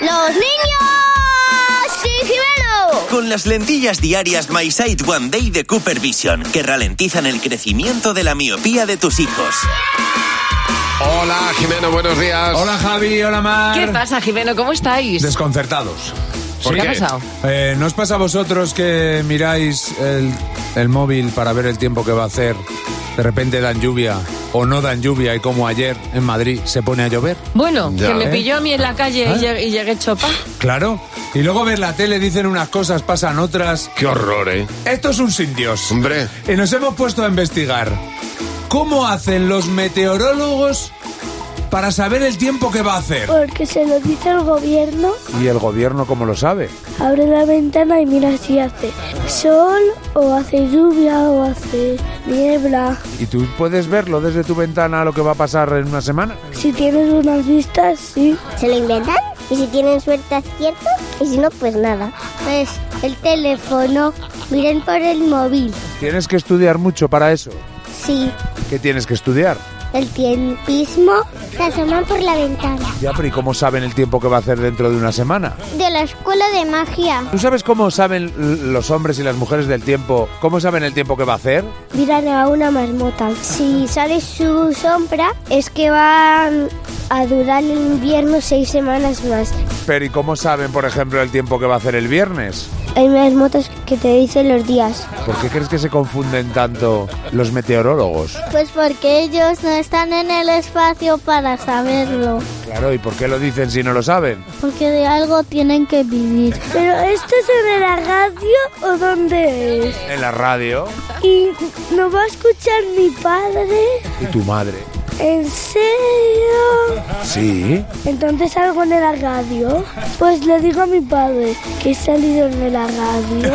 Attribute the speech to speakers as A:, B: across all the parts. A: ¡Los niños! ¡Sí, Jimeno!
B: Con las lentillas diarias My Sight One Day de Cooper Vision, que ralentizan el crecimiento de la miopía de tus hijos.
C: Hola, Jimeno, buenos días.
D: Hola Javi, hola Mar.
E: ¿Qué pasa, Jimeno? ¿Cómo estáis?
D: Desconcertados.
C: ¿Por
E: ¿Qué
C: qué?
E: ha pasado?
D: Eh, ¿No os pasa a vosotros que miráis el, el móvil para ver el tiempo que va a hacer? De repente dan lluvia o no dan lluvia y como ayer en Madrid se pone a llover.
E: Bueno,
C: Ya.
E: que me
C: ¿Eh?
E: pilló a mí en la calle y, llegué, y llegué chopa.
D: Claro. Y luego ves la tele, dicen unas cosas, pasan otras.
C: Qué horror, ¿eh?
D: Esto es un sin Dios.
C: Hombre.
D: Y nos hemos puesto a investigar cómo hacen los meteorólogos para saber el tiempo que va a hacer.
F: Porque se lo dice el gobierno,
D: ¿Y el gobierno cómo lo sabe?
F: abre la ventana y mira si hace sol o hace lluvia o hace niebla.
D: ¿Y tú puedes verlo desde tu ventana lo que va a pasar en una semana?
F: Si tienes unas vistas, sí.
G: se lo inventan y si tienen suerte acierto y si no pues nada. Pues el teléfono, miren por el móvil.
D: Tienes que estudiar mucho para eso.
G: Sí,
D: ¿Qué tienes que estudiar?
G: el tiempismo se asoman por la ventana.
D: Ya, pero ¿y cómo saben el tiempo que va a hacer dentro de una semana?
G: De la escuela de magia,
D: ¿Tú sabes cómo saben l- los hombres y las mujeres del tiempo? ¿Cómo saben el tiempo que va a hacer?
F: Miran a una marmota.
G: si sale su sombra es que va a durar el invierno seis semanas más.
D: Pero ¿y cómo saben, por ejemplo, el tiempo que va a hacer el viernes?
G: Hay marmotas que te dicen los días.
D: ¿Por qué crees que se confunden tanto los meteorólogos?
G: Pues porque ellos no están en el espacio para saberlo,
D: Claro, ¿y por qué lo dicen si no lo saben?
G: porque de algo tienen que vivir.
F: ¿Pero esto es en la radio o dónde es?
D: En la radio.
F: Y no va a escuchar mi padre.
D: ¿Y tu madre?
F: ¿En serio?
D: Sí.
F: Entonces salgo en la radio. Pues le digo a mi padre que he salido en la radio.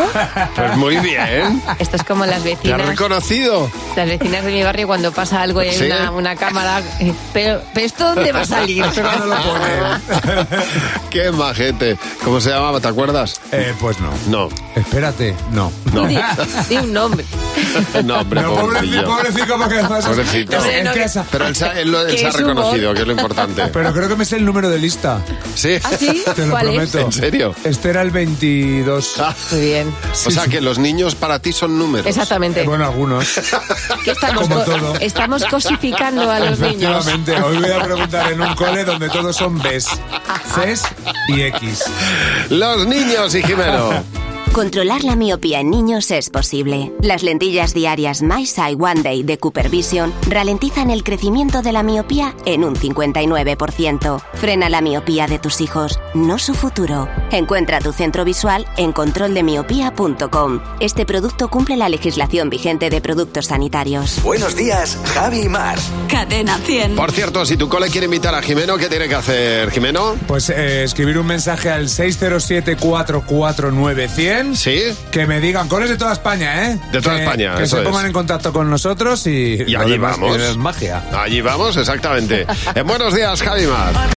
C: Pues muy bien.
E: Esto es como las
C: ¿Te has
E: vecinas.
C: reconocido?
E: Las vecinas de mi barrio cuando pasa algo y hay
C: Sí.
E: una, una cámara. eh, Pero, pero ¿esto dónde va a salir?
C: Qué majete. ¿Cómo se llamaba? ¿Te acuerdas?
D: Eh, pues no.
C: No,
D: Espérate, no.
C: no.
E: Di, di un nombre.
C: No, hombre, pobrecillo.
D: porque
C: Pobrecito.
E: No sé, no,
D: Es que
E: que-
D: esa-
C: Pero él, se ha- él lo- él
E: Que
C: se ha
E: es humor.
C: reconocido, que es lo importante.
D: Pero creo que me sé el número de lista.
C: Sí.
E: ¿Ah, sí?
D: Te lo
E: ¿Cuál
D: prometo.
C: ¿En serio?
D: Este era el 22.
C: Ah,
E: es? Muy bien.
C: o sea que los niños para ti son números.
E: Exactamente.
D: Eh, Bueno, algunos.
E: Que estamos,
D: como
E: co-
D: todo.
E: estamos cosificando a los niños.
D: Efectivamente, hoy voy a preguntar en un cole donde todos son Bs, Cs y X.
C: Los niños y Jimeno.
H: Controlar la miopía en niños es posible. Las lentillas diarias My Sight One Day de Cooper Vision ralentizan el crecimiento de la miopía en un 59%. Frena la miopía de tus hijos, no su futuro. Encuentra tu centro visual en controldemiopía.com. Este producto cumple la legislación vigente de productos sanitarios.
B: Buenos días, Javi y Mar.
I: Cadena 100.
C: Por cierto, si tu cole quiere invitar a Jimeno, ¿qué tiene que hacer, Jimeno?
D: Pues eh, escribir un mensaje al 607-449-100.
C: Sí.
D: Que me digan, coles de toda España, ¿eh?
C: De toda
D: Que-
C: España,
D: Que
C: eso
D: se
C: es.
D: pongan en contacto con nosotros y...
C: Y
D: lo
C: allí
D: demás
C: vamos.
D: Es magia.
C: Allí vamos, exactamente. En buenos Eh, días, Javi Mar.